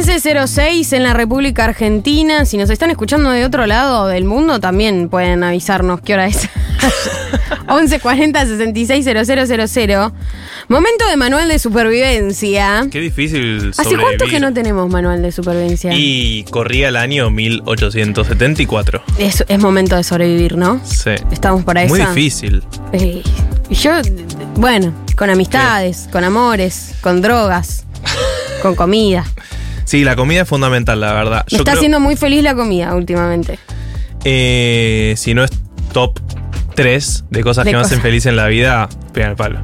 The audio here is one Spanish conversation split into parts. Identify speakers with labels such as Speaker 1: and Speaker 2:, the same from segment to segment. Speaker 1: 906 en la República Argentina. Si nos están escuchando de otro lado del mundo, también pueden avisarnos qué hora es. 1140-660000. Momento de manual de supervivencia.
Speaker 2: Qué difícil
Speaker 1: ¿Hace cuánto que
Speaker 2: sobrevivir.
Speaker 1: no tenemos manual de supervivencia?
Speaker 2: Y corría el año 1874.
Speaker 1: Es, es momento de sobrevivir, ¿no?
Speaker 2: Sí.
Speaker 1: Estamos para
Speaker 2: Muy
Speaker 1: esa.
Speaker 2: difícil.
Speaker 1: Eh, yo, bueno, con amistades, con amores, con drogas, con comida.
Speaker 2: Sí, la comida es fundamental, la verdad.
Speaker 1: Me
Speaker 2: Yo
Speaker 1: está
Speaker 2: creo-
Speaker 1: haciendo muy feliz la comida últimamente.
Speaker 2: Eh, si no es top 3 de cosas
Speaker 1: De
Speaker 2: que me
Speaker 1: cosas.
Speaker 2: hacen feliz en la vida, pegan el palo.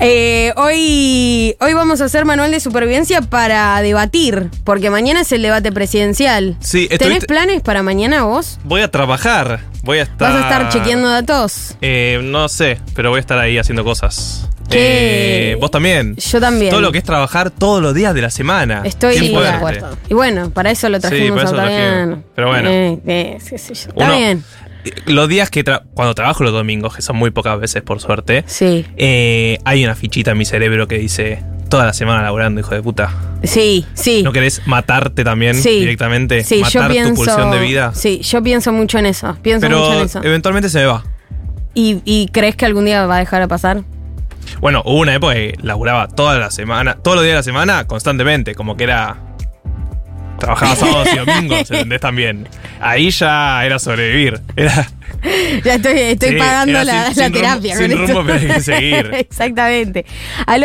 Speaker 1: Eh, hoy, hoy vamos a hacer manual de supervivencia para debatir, porque mañana es el debate presidencial.
Speaker 2: Sí,
Speaker 1: ¿Tenés
Speaker 2: estuviste-
Speaker 1: planes para mañana vos?
Speaker 2: Voy a trabajar. Voy a estar.
Speaker 1: ¿Vas a estar chequeando datos?
Speaker 2: Eh, no sé, pero voy a estar ahí haciendo cosas.
Speaker 1: ¿Qué?
Speaker 2: Eh, ¿Vos también?
Speaker 1: Yo también.
Speaker 2: Todo lo que es trabajar todos los días de la semana.
Speaker 1: Estoy
Speaker 2: Qué
Speaker 1: de
Speaker 2: fuerte.
Speaker 1: acuerdo. Y bueno, para eso lo
Speaker 2: Sí,
Speaker 1: trajimos a
Speaker 2: para eso lo
Speaker 1: Octaviano.
Speaker 2: trajimos. Pero bueno.
Speaker 1: Eh, eh, sí, sí, sí. Está
Speaker 2: Uno-
Speaker 1: bien.
Speaker 2: Los días que tra- cuando trabajo los domingos, que son muy pocas veces por suerte,
Speaker 1: Sí,
Speaker 2: eh, hay una fichita en mi cerebro que dice toda la semana laburando, hijo de puta.
Speaker 1: sí, sí.
Speaker 2: ¿No querés matarte también
Speaker 1: Sí.
Speaker 2: directamente?
Speaker 1: Sí, yo
Speaker 2: Matar
Speaker 1: pienso-
Speaker 2: tu pulsión de vida.
Speaker 1: Sí, yo pienso mucho en eso. Pienso mucho en
Speaker 2: Pero eh,
Speaker 1: eso.
Speaker 2: eventualmente se me va.
Speaker 1: ¿Y, y crees que algún día va a dejar de pasar?
Speaker 2: Bueno, hubo una época que laburaba toda la semana, todos los días de la semana, constantemente, como que era. Trabajaba sábados y domingos, ¿entendés? También. Ahí ya era sobrevivir. Era,
Speaker 1: Ya estoy, estoy
Speaker 2: Sí,
Speaker 1: pagando
Speaker 2: era
Speaker 1: la,
Speaker 2: sin-
Speaker 1: la
Speaker 2: sin
Speaker 1: terapia. con
Speaker 2: rumbo- sin
Speaker 1: esto.
Speaker 2: rumbo, pero hay que seguir.
Speaker 1: Exactamente. Al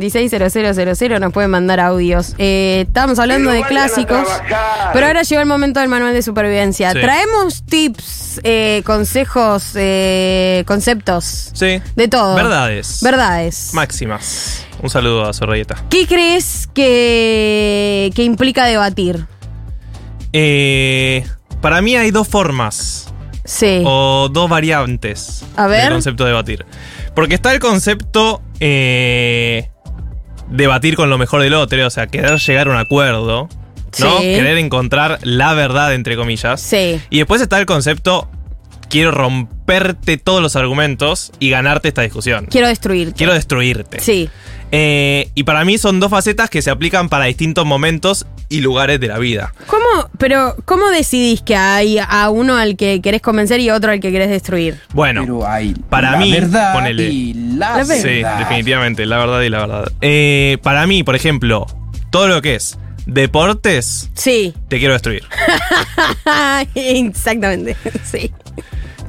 Speaker 1: 1140-660000 nos pueden mandar audios. Eh, estábamos hablando de
Speaker 3: Pero vayan a
Speaker 1: clásicos.
Speaker 3: trabajar.
Speaker 1: Pero ahora llegó el momento del manual de supervivencia.
Speaker 2: Sí.
Speaker 1: Traemos tips, eh, consejos, eh, conceptos.
Speaker 2: sí.
Speaker 1: De todo.
Speaker 2: Verdades.
Speaker 1: Verdades.
Speaker 2: Máximas. Un saludo a Sorrayeta.
Speaker 1: ¿Qué crees que, que implica debatir?
Speaker 2: Eh, para mí hay dos formas
Speaker 1: Sí.
Speaker 2: o dos variantes
Speaker 1: A ver.
Speaker 2: del concepto de debatir. Porque está el concepto eh, debatir con lo mejor del otro, o sea, querer llegar a un acuerdo, ¿no?
Speaker 1: Sí.
Speaker 2: Querer encontrar la verdad, entre comillas.
Speaker 1: Sí.
Speaker 2: Y después está el concepto quiero romperte todos los argumentos y ganarte esta discusión.
Speaker 1: Quiero destruirte.
Speaker 2: Quiero destruirte.
Speaker 1: Sí.
Speaker 2: Eh, y para mí son dos facetas que se aplican para distintos momentos y lugares de la vida.
Speaker 1: ¿Cómo, pero, ¿cómo decidís que hay a uno al que querés convencer y otro al que querés destruir?
Speaker 2: Bueno.
Speaker 4: Pero hay
Speaker 2: para
Speaker 4: la
Speaker 2: mí,
Speaker 4: verdad
Speaker 2: ponele.
Speaker 4: y la,
Speaker 1: La
Speaker 4: verdad.
Speaker 1: verdad.
Speaker 2: Sí, definitivamente, la verdad y la verdad. Eh, para mí, por ejemplo, todo lo que es deportes,
Speaker 1: Sí.
Speaker 2: te quiero destruir.
Speaker 1: Exactamente. Sí.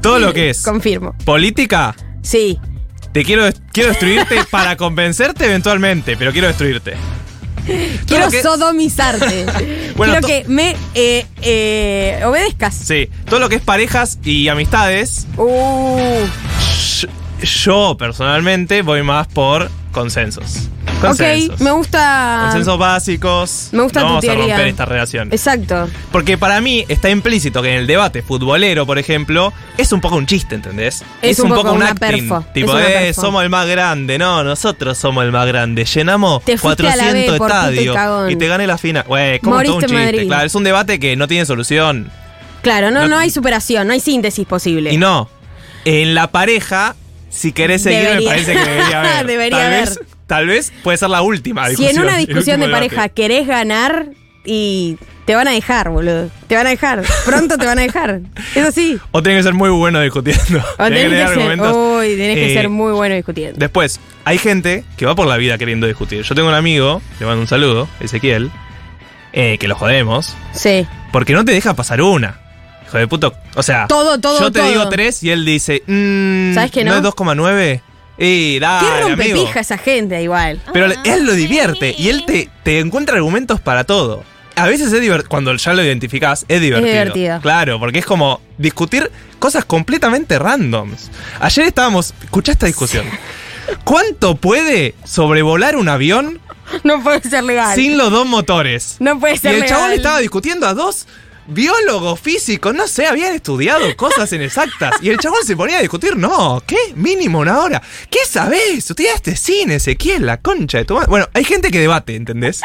Speaker 2: Todo lo que es
Speaker 1: Confirmo.
Speaker 2: política,
Speaker 1: Sí.
Speaker 2: te quiero, quiero destruirte para convencerte eventualmente, pero quiero destruirte. Todo
Speaker 1: Quiero
Speaker 2: lo que es-
Speaker 1: sodomizarte.
Speaker 2: Bueno,
Speaker 1: Quiero
Speaker 2: to-
Speaker 1: que me eh, eh, obedezcas.
Speaker 2: Sí, todo lo que es parejas y amistades,
Speaker 1: Uh,
Speaker 2: sh- yo personalmente voy más por consensos. Consensos.
Speaker 1: ok, me gusta.
Speaker 2: Consensos básicos.
Speaker 1: Me gusta
Speaker 2: no
Speaker 1: tu
Speaker 2: vamos a
Speaker 1: teoría.
Speaker 2: romper esta relación.
Speaker 1: Exacto.
Speaker 2: Porque para mí está implícito que en el debate futbolero, por ejemplo, es un poco un chiste, ¿entendés?
Speaker 1: Es un poco una
Speaker 2: acting.
Speaker 1: perfo. Es
Speaker 2: Tipo,
Speaker 1: una
Speaker 2: eh,
Speaker 1: perfo.
Speaker 2: somos el más grande. No, nosotros somos el más grande. Llenamos
Speaker 1: Te fuiste a la
Speaker 2: 400
Speaker 1: B por puto y
Speaker 2: estadios
Speaker 1: cagón.
Speaker 2: y te gané la final. Güey, como
Speaker 1: Moriste
Speaker 2: todo un
Speaker 1: en
Speaker 2: chiste.
Speaker 1: Madrid.
Speaker 2: Claro, es un debate que no tiene solución.
Speaker 1: Claro, no,
Speaker 2: No-
Speaker 1: no hay superación, no hay síntesis posible.
Speaker 2: Y no, en la pareja, si querés seguir, me
Speaker 1: Debería.
Speaker 2: parece que debería haber.
Speaker 1: Debería
Speaker 2: tal,
Speaker 1: haber.
Speaker 2: Vez, tal vez puede ser la última
Speaker 1: si
Speaker 2: discusión.
Speaker 1: en una
Speaker 2: el
Speaker 1: discusión
Speaker 2: último
Speaker 1: de
Speaker 2: debate.
Speaker 1: pareja querés ganar y te van a dejar, boludo. Te van a dejar. Pronto te van a dejar. Es así.
Speaker 2: O tiene que ser muy bueno discutiendo.
Speaker 1: O Ah,
Speaker 2: Tiene
Speaker 1: tenés que
Speaker 2: tener
Speaker 1: ser,
Speaker 2: argumentos.
Speaker 1: uy, tenés que
Speaker 2: Eh,
Speaker 1: ser muy bueno discutiendo.
Speaker 2: Después, hay gente que va por la vida queriendo discutir. Yo tengo un amigo, le mando un saludo, Ezequiel, eh, que lo jodemos,
Speaker 1: Sí.
Speaker 2: porque no te deja pasar una. Hijo de puto. O sea,
Speaker 1: Todo, todo,
Speaker 2: yo te
Speaker 1: todo.
Speaker 2: digo tres y él dice, mm,
Speaker 1: ¿Sabes que no?
Speaker 2: es 2,9? Y dale,
Speaker 1: Qué
Speaker 2: amigo.
Speaker 1: rompepija esa gente igual.
Speaker 2: Pero él lo divierte y él te, te encuentra argumentos para todo. A veces es divertido, cuando ya lo identificás, es divertido.
Speaker 1: divertido.
Speaker 2: Claro, porque es como discutir cosas completamente randoms. Ayer estábamos, escuchá esta discusión. ¿Cuánto puede sobrevolar un avión
Speaker 1: No puede ser legal.
Speaker 2: sin los dos motores?
Speaker 1: No puede
Speaker 2: y
Speaker 1: ser
Speaker 2: el
Speaker 1: legal.
Speaker 2: chabón estaba discutiendo a dos biólogos físicos, no sé, habían estudiado cosas inexactas. Y el chabón se ponía a discutir, no, ¿qué? Mínimo una hora. ¿Qué sabés? Estudiaste cine, Ezequiel, la concha de tu madre. Bueno, hay gente que debate, ¿entendés?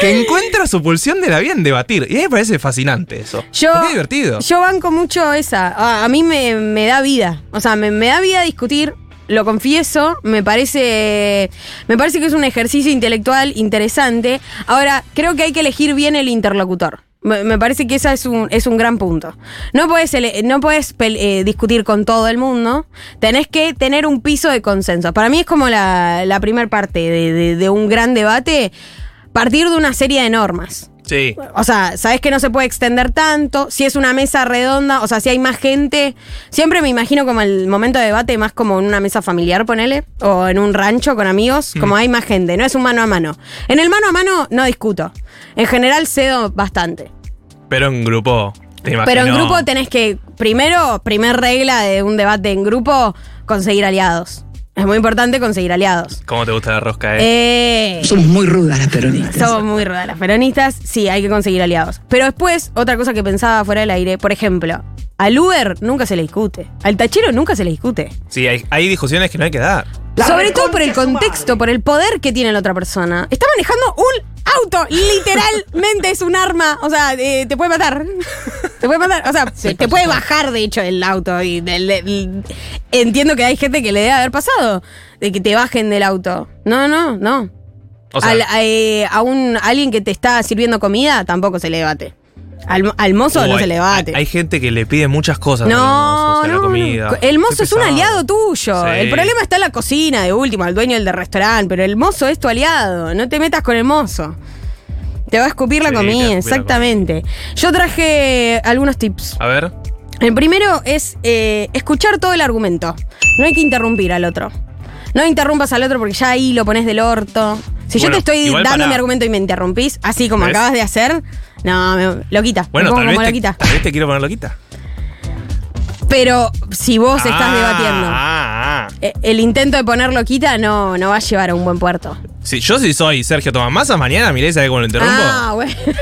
Speaker 2: Que encuentra su pulsión de la vida en debatir. Y a mí me parece fascinante eso.
Speaker 1: Yo,
Speaker 2: Porque es divertido.
Speaker 1: yo banco mucho esa. A, a mí me, me da vida. O sea, me, me da vida discutir. lo confieso, me parece, me parece que es un ejercicio intelectual interesante. Ahora, creo que hay que elegir bien el interlocutor. Me, me parece que ese es un, es un gran punto. No puedes, ele- no puedes pel- eh, discutir con todo el mundo. Tenés que tener un piso de consenso. Para mí es como la, la primera parte de, de- de un gran debate, partir de una serie de normas.
Speaker 2: Sí.
Speaker 1: O sea, sabes que no se puede extender tanto. Si es una mesa redonda, o sea, si hay más gente. Siempre me imagino como el momento de debate, más como en una mesa familiar, ponele, o en un rancho con amigos, como hay más gente. No es un mano a mano. En el mano a mano no discuto. En general cedo bastante.
Speaker 2: Pero en grupo. Te imagino.
Speaker 1: Pero en grupo tenés que, primero, primer regla de un debate en grupo, conseguir aliados. Es muy importante conseguir aliados.
Speaker 2: ¿Cómo te gusta la rosca,
Speaker 1: Eh,
Speaker 2: eh?
Speaker 3: Somos muy rudas las peronistas.
Speaker 1: Somos muy rudas las peronistas. Sí, hay que conseguir aliados. Pero después, otra cosa que pensaba fuera del aire, por ejemplo, al Uber nunca se le discute. Al tachero nunca se le discute.
Speaker 2: Sí, hay, hay discusiones que no hay que dar.
Speaker 1: Sobre todo por el contexto, por el poder que tiene la otra persona. Está manejando un auto. Literalmente es un arma. O sea, eh, te puede matar. Te puede matar. O sea, te- te puede bajar, de hecho, el auto. Y del- del- entiendo que hay gente que le debe haber pasado de que te bajen del auto. No, no, no.
Speaker 2: O sea,
Speaker 1: Al- a, eh, a un, a alguien que te está sirviendo comida tampoco se le debate. Al, al mozo no
Speaker 2: uy,
Speaker 1: se le debate.
Speaker 2: Hay, hay gente que le pide muchas cosas. al mozo, o
Speaker 1: no,
Speaker 2: sea, la
Speaker 1: no,
Speaker 2: comida.
Speaker 1: no. El mozo
Speaker 2: Qué
Speaker 1: es un
Speaker 2: pesado.
Speaker 1: aliado tuyo.
Speaker 2: Sí.
Speaker 1: El problema está en la cocina, de último, el dueño del de restaurante, pero el mozo es tu aliado. No te metas con el mozo. Te va a escupir la
Speaker 2: Sí, te va a
Speaker 1: comida,
Speaker 2: escupir la
Speaker 1: exactamente. Yo traje algunos tips.
Speaker 2: A ver.
Speaker 1: El primero es eh, escuchar todo el argumento. No hay que interrumpir al otro. No interrumpas al otro porque ya ahí lo pones del orto. Si
Speaker 2: Bueno,
Speaker 1: yo te estoy
Speaker 2: igual
Speaker 1: dando
Speaker 2: pará.
Speaker 1: mi argumento y me interrumpís, así como
Speaker 2: ¿Ves?
Speaker 1: acabas de hacer, no, me, lo quita. me
Speaker 2: Bueno,
Speaker 1: pongo
Speaker 2: tal vez,
Speaker 1: como
Speaker 2: te,
Speaker 1: loquita.
Speaker 2: tal vez te quiero poner loquita.
Speaker 1: Pero si vos estás
Speaker 2: Ah,
Speaker 1: debatiendo,
Speaker 2: Ah, ah.
Speaker 1: eh, el intento de ponerlo quita no, no va a llevar a un buen puerto.
Speaker 2: Si yo si soy Sergio Tomás Massa, mañana miré y sabés cómo lo interrumpo.
Speaker 1: Ah, bueno.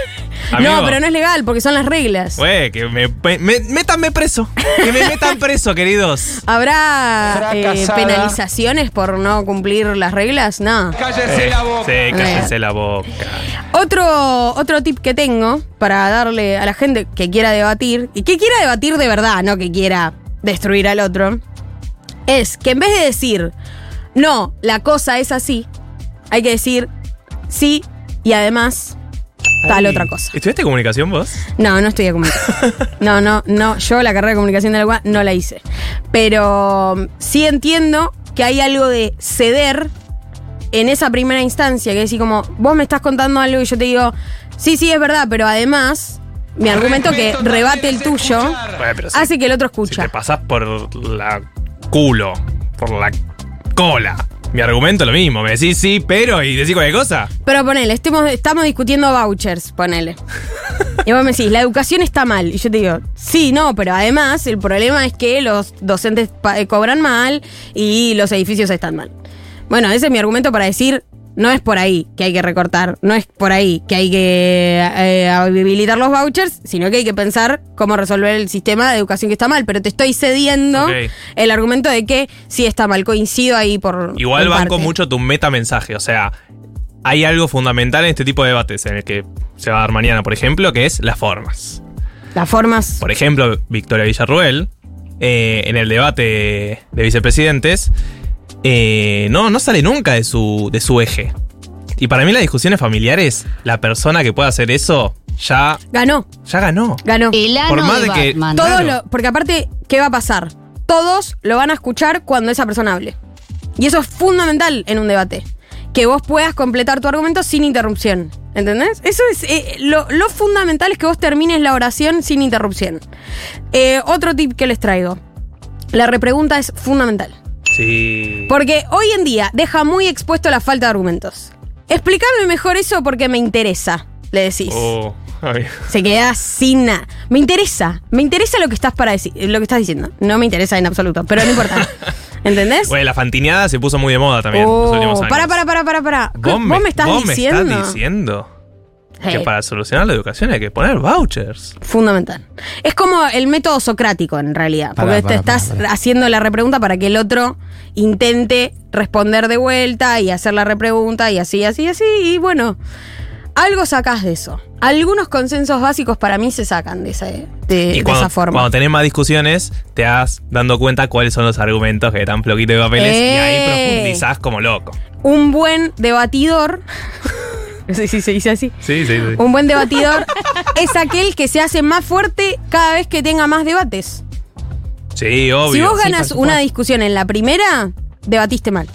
Speaker 2: Amigo.
Speaker 1: No, pero no es legal porque son las reglas.
Speaker 2: Güey, que me, me- métanme preso. Que me metan preso, queridos.
Speaker 1: ¿Habrá eh,
Speaker 4: Fracasada.
Speaker 1: penalizaciones por no cumplir las reglas? No.
Speaker 4: Cállese la boca.
Speaker 2: Eh, Sí, cállense la boca.
Speaker 1: Otro, otro tip que tengo para darle a la gente que quiera debatir, y que quiera debatir de verdad, no que quiera destruir al otro, es que en vez de decir, no, la cosa es así, hay que decir, sí, y además, tal
Speaker 2: Ay.
Speaker 1: otra cosa.
Speaker 2: ¿Estudiaste comunicación vos?
Speaker 1: No, no estudié comunicación. No, no, no. Yo la carrera de comunicación de la UBA no la hice. Pero mm, sí entiendo que hay algo de ceder en esa primera instancia, que decir como, vos me estás contando algo y yo te digo, sí, sí, es verdad, pero además, mi argumento que
Speaker 4: Respeto
Speaker 1: rebate
Speaker 4: también
Speaker 1: el
Speaker 4: es
Speaker 1: tuyo
Speaker 4: escuchar.
Speaker 2: Bueno, pero si-
Speaker 1: hace que el otro
Speaker 2: si
Speaker 1: escucha.
Speaker 2: te pasás por la culo, por la cola. Mi argumento es lo mismo. Me decís sí, pero y decís cualquier cosa.
Speaker 1: Pero ponele, estemos, estamos discutiendo vouchers, ponele. Y vos me decís, la educación está mal. Y yo te digo, sí, no, pero además el problema es que los docentes pa- eh, cobran mal y los edificios están mal. Bueno, ese es mi argumento para decir, no es por ahí que hay que recortar, no es por ahí que hay que eh, habilitar los vouchers, sino que hay que pensar cómo resolver el sistema de educación que está mal. Pero te estoy cediendo
Speaker 2: Ok.
Speaker 1: el argumento de que sí está mal, coincido ahí por...
Speaker 2: Igual
Speaker 1: por
Speaker 2: banco
Speaker 1: parte.
Speaker 2: mucho tu metamensaje. O sea, hay algo fundamental en este tipo de debates, en el que se va a dar mañana, por ejemplo, que es las formas.
Speaker 1: Las formas...
Speaker 2: Por ejemplo, Victoria Villarruel, eh, en el debate de vicepresidentes, eh, no, no sale nunca de su, de su eje. Y para mí las discusiones familiares, la persona que pueda hacer eso ya,
Speaker 1: Ganó,
Speaker 2: ya ganó.
Speaker 1: ganó.
Speaker 5: El ano
Speaker 2: Por más
Speaker 5: de
Speaker 2: de que-
Speaker 5: Batman.
Speaker 1: Todo
Speaker 2: Claro.
Speaker 1: lo- porque aparte, ¿qué va a pasar? Todos lo van a escuchar cuando esa persona hable. Y eso es fundamental en un debate. Que vos puedas completar tu argumento sin interrupción. ¿Entendés? Eso es. eh, lo, lo fundamental es que vos termines la oración sin interrupción. Eh, otro tip que les traigo. La repregunta es fundamental.
Speaker 2: Sí.
Speaker 1: Porque hoy en día deja muy expuesto la falta de argumentos. Explícame mejor eso porque me interesa, le decís.
Speaker 2: Oh, ay.
Speaker 1: Se queda sin nada. Me interesa. Me interesa lo que estás para decir, lo que estás diciendo. No me interesa en absoluto, pero no importa. ¿Entendés?
Speaker 2: Bueno, la fantineada se puso muy de moda también en los últimos años.
Speaker 1: Oh, para, para, para, para, para.
Speaker 2: Vos me,
Speaker 1: me estás
Speaker 2: vos me
Speaker 1: diciendo.
Speaker 2: diciendo que
Speaker 1: Eh,
Speaker 2: para solucionar la educación hay que poner vouchers.
Speaker 1: Fundamental. Es como el método socrático, en realidad.
Speaker 4: Pará,
Speaker 1: porque te
Speaker 4: pará,
Speaker 1: estás
Speaker 4: pará, pará.
Speaker 1: haciendo la repregunta para que el otro intente responder de vuelta y hacer la repregunta y así, así, así. Y bueno, algo sacás de eso. Algunos consensos básicos para mí se sacan de esa, de, Eh, de
Speaker 2: y cuando,
Speaker 1: esa forma.
Speaker 2: cuando tenés más discusiones, te vas dando cuenta cuáles son los argumentos que están floquitos de papeles y ahí
Speaker 1: ¡Eh!
Speaker 2: profundizás como loco.
Speaker 1: Un buen debatidor. No sé si se dice así.
Speaker 2: Sí, sí, sí.
Speaker 1: Un buen debatidor es aquel que se hace más fuerte cada vez que tenga más debates.
Speaker 2: Sí, obvio.
Speaker 1: Si vos
Speaker 3: Sí,
Speaker 1: ganas
Speaker 3: por supuesto.
Speaker 1: una discusión en la primera, debatiste mal.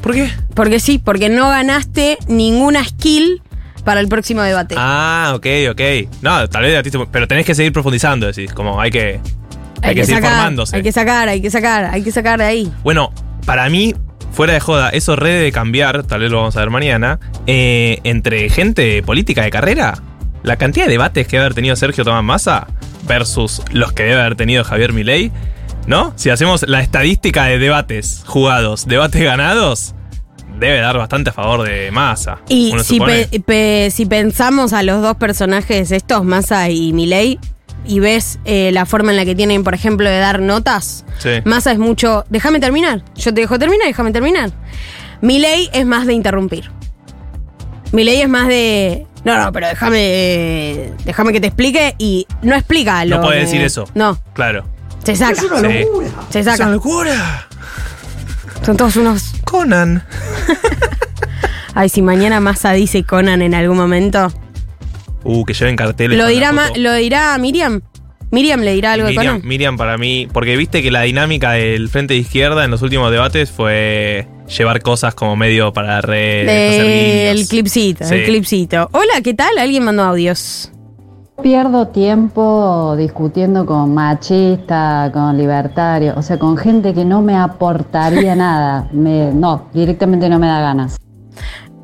Speaker 2: ¿Por qué?
Speaker 1: Porque sí, porque no ganaste ninguna skill para el próximo debate.
Speaker 2: Ah, ok, ok. No, tal vez a ti te- Pero tenés que seguir profundizando, decís. Como hay que. Hay, que, seguir
Speaker 1: sacar,
Speaker 2: formándose.
Speaker 1: hay que sacar, hay que sacar, hay que sacar de ahí.
Speaker 2: Bueno, para mí, fuera de joda, eso re de cambiar, tal vez lo vamos a ver mañana, eh, entre gente política de carrera, la cantidad de debates que debe haber tenido Sergio Tomás Massa versus los que debe haber tenido Javier Milei, ¿no? Si hacemos la estadística de debates jugados, debates ganados, debe dar bastante a favor de Massa.
Speaker 1: Y
Speaker 2: uno
Speaker 1: si,
Speaker 2: supone.
Speaker 1: pe- pe- si pensamos a los dos personajes estos, Massa y Milei, y ves eh, la forma en la que tienen, por ejemplo, de dar notas,
Speaker 2: Sí.
Speaker 1: Massa es mucho, déjame terminar, yo te dejo terminar, déjame terminar. Milei es más de interrumpir. Milei es más de... No, no, pero déjame déjame que te explique y no explica lo
Speaker 2: no puede
Speaker 1: que-
Speaker 2: decir eso.
Speaker 1: No,
Speaker 2: Claro.
Speaker 1: se saca.
Speaker 2: Sí.
Speaker 1: Se
Speaker 2: Es una
Speaker 1: saca.
Speaker 2: locura.
Speaker 1: Son todos unos...
Speaker 2: Conan.
Speaker 1: Ay, si mañana Massa dice Conan en algún momento.
Speaker 2: Uh, que lleven carteles.
Speaker 1: Lo
Speaker 2: con la
Speaker 1: dirá, ma-
Speaker 2: foto.
Speaker 1: lo dirá Miriam. Miriam le dirá algo de
Speaker 2: Miriam,
Speaker 1: Conan.
Speaker 2: Miriam para mí, porque viste que la dinámica del frente de izquierda en los últimos debates fue llevar cosas como medio para re hacer guiños.
Speaker 1: el clipcito,
Speaker 2: Sí.
Speaker 1: el clipcito. Hola, ¿qué tal? Alguien mandó audios.
Speaker 4: Pierdo tiempo discutiendo con machistas, con libertarios, o sea, con gente que no me aportaría nada. Me- no, directamente no me da ganas.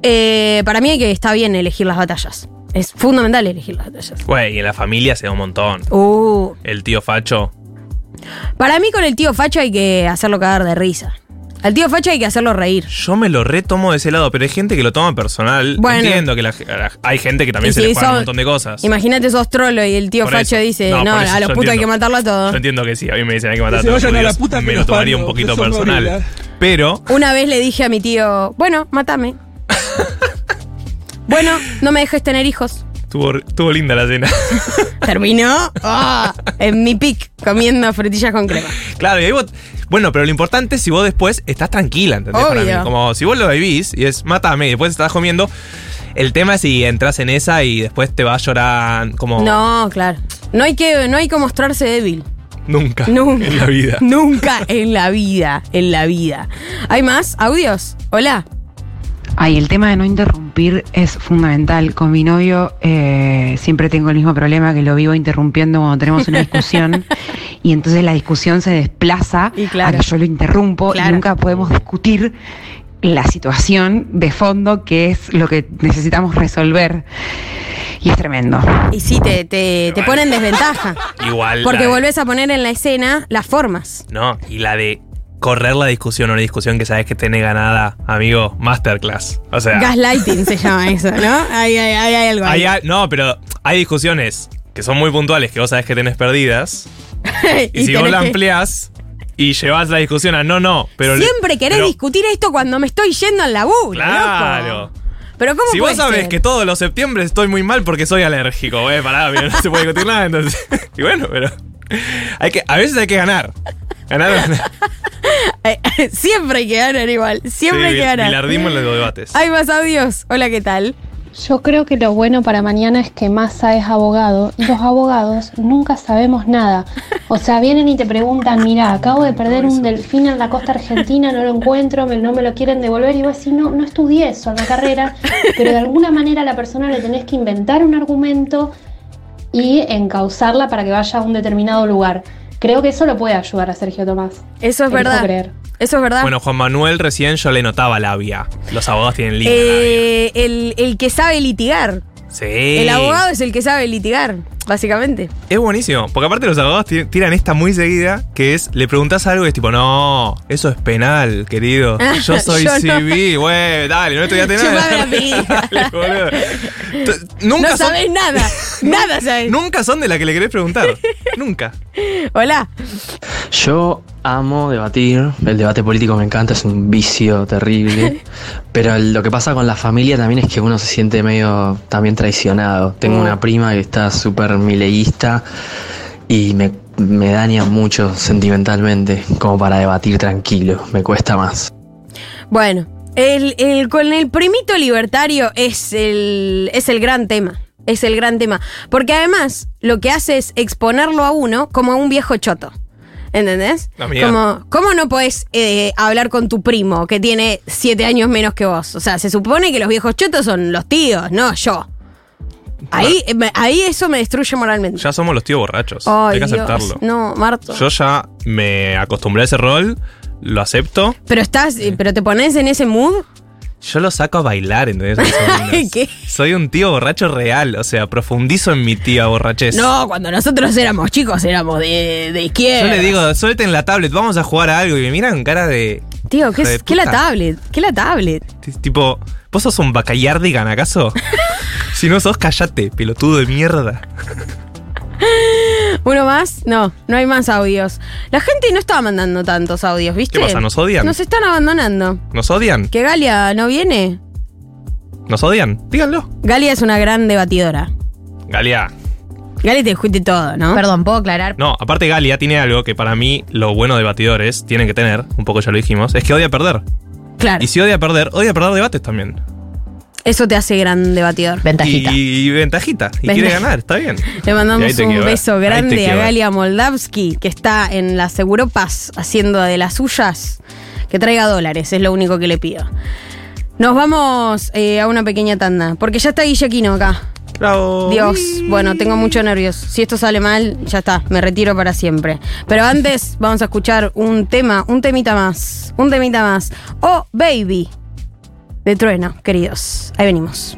Speaker 1: Eh, para mí hay que está bien elegir las batallas. Es fundamental elegir las batallas.
Speaker 2: Güey, y en la familia se da un montón.
Speaker 1: Uh,
Speaker 2: El tío Facho.
Speaker 1: para mí con el tío Facho hay que hacerlo cagar de risa. Al tío Facho hay que hacerlo reír.
Speaker 2: Yo me lo retomo de ese lado, pero hay gente que lo toma personal.
Speaker 1: Bueno.
Speaker 2: Entiendo que la- la- hay gente que también
Speaker 1: Y
Speaker 2: se
Speaker 1: si
Speaker 2: le juega
Speaker 1: sos-
Speaker 2: un montón de cosas.
Speaker 1: Imagínate sos trolo y el tío
Speaker 2: Por
Speaker 1: Facho
Speaker 2: eso.
Speaker 1: dice,
Speaker 2: No,
Speaker 1: no,
Speaker 2: por eso,
Speaker 1: a los
Speaker 2: yo
Speaker 1: putos hay
Speaker 2: entiendo.
Speaker 1: que matarlo a todos.
Speaker 2: Yo entiendo que sí, a mí me dicen hay que matar
Speaker 5: Que se
Speaker 2: todos los
Speaker 5: vayan a la
Speaker 2: judíos,
Speaker 5: puta que
Speaker 2: Me lo
Speaker 5: los
Speaker 2: tomaría un
Speaker 5: parió,
Speaker 2: poquito
Speaker 5: que son
Speaker 2: personal.
Speaker 5: horribles.
Speaker 2: Pero
Speaker 1: Una vez le dije a mi tío, bueno, mátame. bueno, no me dejes tener hijos.
Speaker 2: estuvo, estuvo linda la cena.
Speaker 1: Terminó ah, en mi pic comiendo frutillas con crema.
Speaker 2: Claro, y ahí vos- Bueno, pero lo importante es si vos después estás tranquila, ¿entendés? Para
Speaker 1: Obvio.
Speaker 2: mí, Como si vos lo vivís y es mátame y después estás comiendo. El tema es si entras en esa y después te vas a llorar como
Speaker 1: No, claro. No hay que, no hay que mostrarse débil.
Speaker 2: nunca,
Speaker 1: Nunca.
Speaker 2: en la vida.
Speaker 1: Nunca en la vida. En la vida. ¿Hay más? ¿Audios? Hola.
Speaker 6: Ay, el tema de no interrumpir es fundamental. Con mi novio eh, siempre tengo el mismo problema que lo vivo interrumpiendo cuando tenemos una discusión y entonces la discusión se desplaza
Speaker 1: Y claro.
Speaker 6: a que yo lo interrumpo
Speaker 1: Claro.
Speaker 6: y nunca podemos discutir la situación de fondo que es lo que necesitamos resolver. Y es tremendo.
Speaker 1: Y sí, te, te, te pone en desventaja.
Speaker 2: Igual.
Speaker 1: Porque
Speaker 2: la de-
Speaker 1: volvés a poner en la escena las formas.
Speaker 2: No, y la de correr la discusión, una discusión que sabes que tenés ganada, amigo, masterclass. O sea,
Speaker 1: Gaslighting se llama eso, ¿no? Ahí hay, ahí hay algo. ahí.
Speaker 2: hay a- no, pero hay discusiones que son muy puntuales que vos sabes que tenés perdidas. Y, si vos
Speaker 1: tenés
Speaker 2: la
Speaker 1: que-
Speaker 2: ampliás y llevas la discusión a no, no, pero. le-
Speaker 1: Siempre querés
Speaker 2: pero-
Speaker 1: discutir esto cuando me estoy yendo al laburo.
Speaker 2: Claro.
Speaker 1: loco. Pero ¿cómo
Speaker 2: Si vos
Speaker 1: puede
Speaker 2: sabés
Speaker 1: ser?
Speaker 2: que todos los septiembre estoy muy mal porque soy alérgico, eh, pará, mira, no se puede discutir nada, entonces. Y bueno, pero. Hay que, a veces hay que ganar. Ganar, ganar.
Speaker 1: Eh, Siempre hay que ganar igual. Siempre hay
Speaker 2: Sí,
Speaker 1: que ganar.
Speaker 2: bilardismo en los debates.
Speaker 1: Hay más audios. Hola, ¿qué tal?
Speaker 7: Yo creo que lo bueno para mañana es que Massa es abogado y los abogados nunca sabemos nada. O sea, vienen y te preguntan, mira, acabo de perder un delfín en la costa argentina, no lo encuentro, me- no me lo quieren devolver. Y vos decís, no, no estudié eso en la carrera, pero de alguna manera a la persona le tenés que inventar un argumento y encauzarla para que vaya a un determinado lugar. Creo que eso lo puede ayudar a Sergio Tomás.
Speaker 1: Eso es
Speaker 7: Elijo
Speaker 1: verdad.
Speaker 7: creer.
Speaker 1: Eso es verdad.
Speaker 2: Bueno, Juan Manuel recién yo le notaba labia. Los abogados tienen linda labia.
Speaker 1: Eh, el, el que sabe litigar.
Speaker 2: Sí.
Speaker 1: El abogado es el que sabe litigar. básicamente.
Speaker 2: Es buenísimo, porque aparte los abogados ti- tiran esta muy seguida, que es, le preguntás algo y es tipo, no, eso es penal, querido. Yo soy
Speaker 1: Ah, Yo no.
Speaker 2: civil, güey, dale, no estudiaste
Speaker 1: Chupame
Speaker 2: nada.
Speaker 1: la pija.
Speaker 2: Dale, boludo. T- Nunca,
Speaker 1: No
Speaker 2: son,
Speaker 1: sabés nada. nada sabés.
Speaker 2: nunca son de la que le querés preguntar. nunca.
Speaker 1: Hola.
Speaker 3: Yo amo debatir, el debate político me encanta, es un vicio terrible, pero el- lo que pasa con la familia también es que uno se siente medio también traicionado. Tengo una prima que está súper mileísta y me, me daña mucho sentimentalmente como para debatir tranquilo, me cuesta más.
Speaker 1: Bueno, el, el- con el primito libertario es el, es el gran tema. Es el gran tema. Porque además lo que hace es exponerlo a uno como a un viejo choto. ¿Entendés?
Speaker 2: La mierda.
Speaker 1: Como, ¿Cómo no podés eh, hablar con tu primo que tiene siete años menos que vos? O sea, se supone que los viejos chotos son los tíos, no yo. Ahí, eh, me- ahí eso me destruye moralmente.
Speaker 2: Ya somos los tíos borrachos.
Speaker 1: Ay,
Speaker 2: Hay que
Speaker 1: Dios.
Speaker 2: aceptarlo.
Speaker 1: No, Marto.
Speaker 2: Yo ya me acostumbré a ese rol, lo acepto.
Speaker 1: Pero estás, eh, pero te pones en ese mood.
Speaker 2: Yo lo saco a bailar, ¿entendés? Los sobrinos.
Speaker 1: ¿Qué?
Speaker 2: Soy un tío borracho real, o sea, profundizo en mi tía borrachez.
Speaker 1: No, cuando nosotros éramos chicos éramos de, de izquierda.
Speaker 2: Yo le digo, suelten la tablet, vamos a jugar a algo. Y me miran con cara de.
Speaker 1: Tío, ¿qué,
Speaker 2: Hijo de
Speaker 1: es, ¿qué la
Speaker 2: puta.
Speaker 1: tablet? ¿Qué la tablet?
Speaker 2: t- Tipo, ¿vos sos un bacallardigan acaso? si no sos, callate, pelotudo de mierda.
Speaker 1: ¿Uno más? No, no hay más audios. La gente no estaba mandando tantos audios, ¿viste?
Speaker 2: ¿Qué pasa? ¿Nos odian?
Speaker 1: Nos están abandonando.
Speaker 2: ¿Nos odian?
Speaker 1: ¿Que Galia no viene?
Speaker 2: ¿Nos odian? Díganlo.
Speaker 1: Galia es una gran debatidora.
Speaker 2: Galia.
Speaker 1: Galia te discute todo, ¿no?
Speaker 5: Perdón, ¿puedo aclarar?
Speaker 2: No, aparte Galia tiene algo que para mí los buenos debatidores tienen que tener, un poco ya lo dijimos, es que odia perder.
Speaker 1: Claro.
Speaker 2: Y si odia perder, odia perder debates también.
Speaker 1: Eso te hace gran debatidor.
Speaker 5: Ventajita.
Speaker 2: Y, y ventajita. Y
Speaker 1: Ventaja.
Speaker 2: quiere ganar, está bien.
Speaker 1: Le
Speaker 2: Y ahí
Speaker 1: mandamos
Speaker 2: te
Speaker 1: un
Speaker 2: quiebra.
Speaker 1: beso
Speaker 2: Ahí te
Speaker 1: grande a
Speaker 2: quiebra.
Speaker 1: Galia Moldavsky, que está en las Europas haciendo de las suyas. Que traiga dólares, es lo único que le pido. Nos vamos eh, a una pequeña tanda, porque ya está Guillaquino acá.
Speaker 2: Bravo.
Speaker 1: Dios, bueno, tengo mucho nervios. Si esto sale mal, ya está, me retiro para siempre. Pero antes vamos a escuchar un tema, un temita más, un temita más. Oh, baby, de trueno, queridos. Ahí venimos.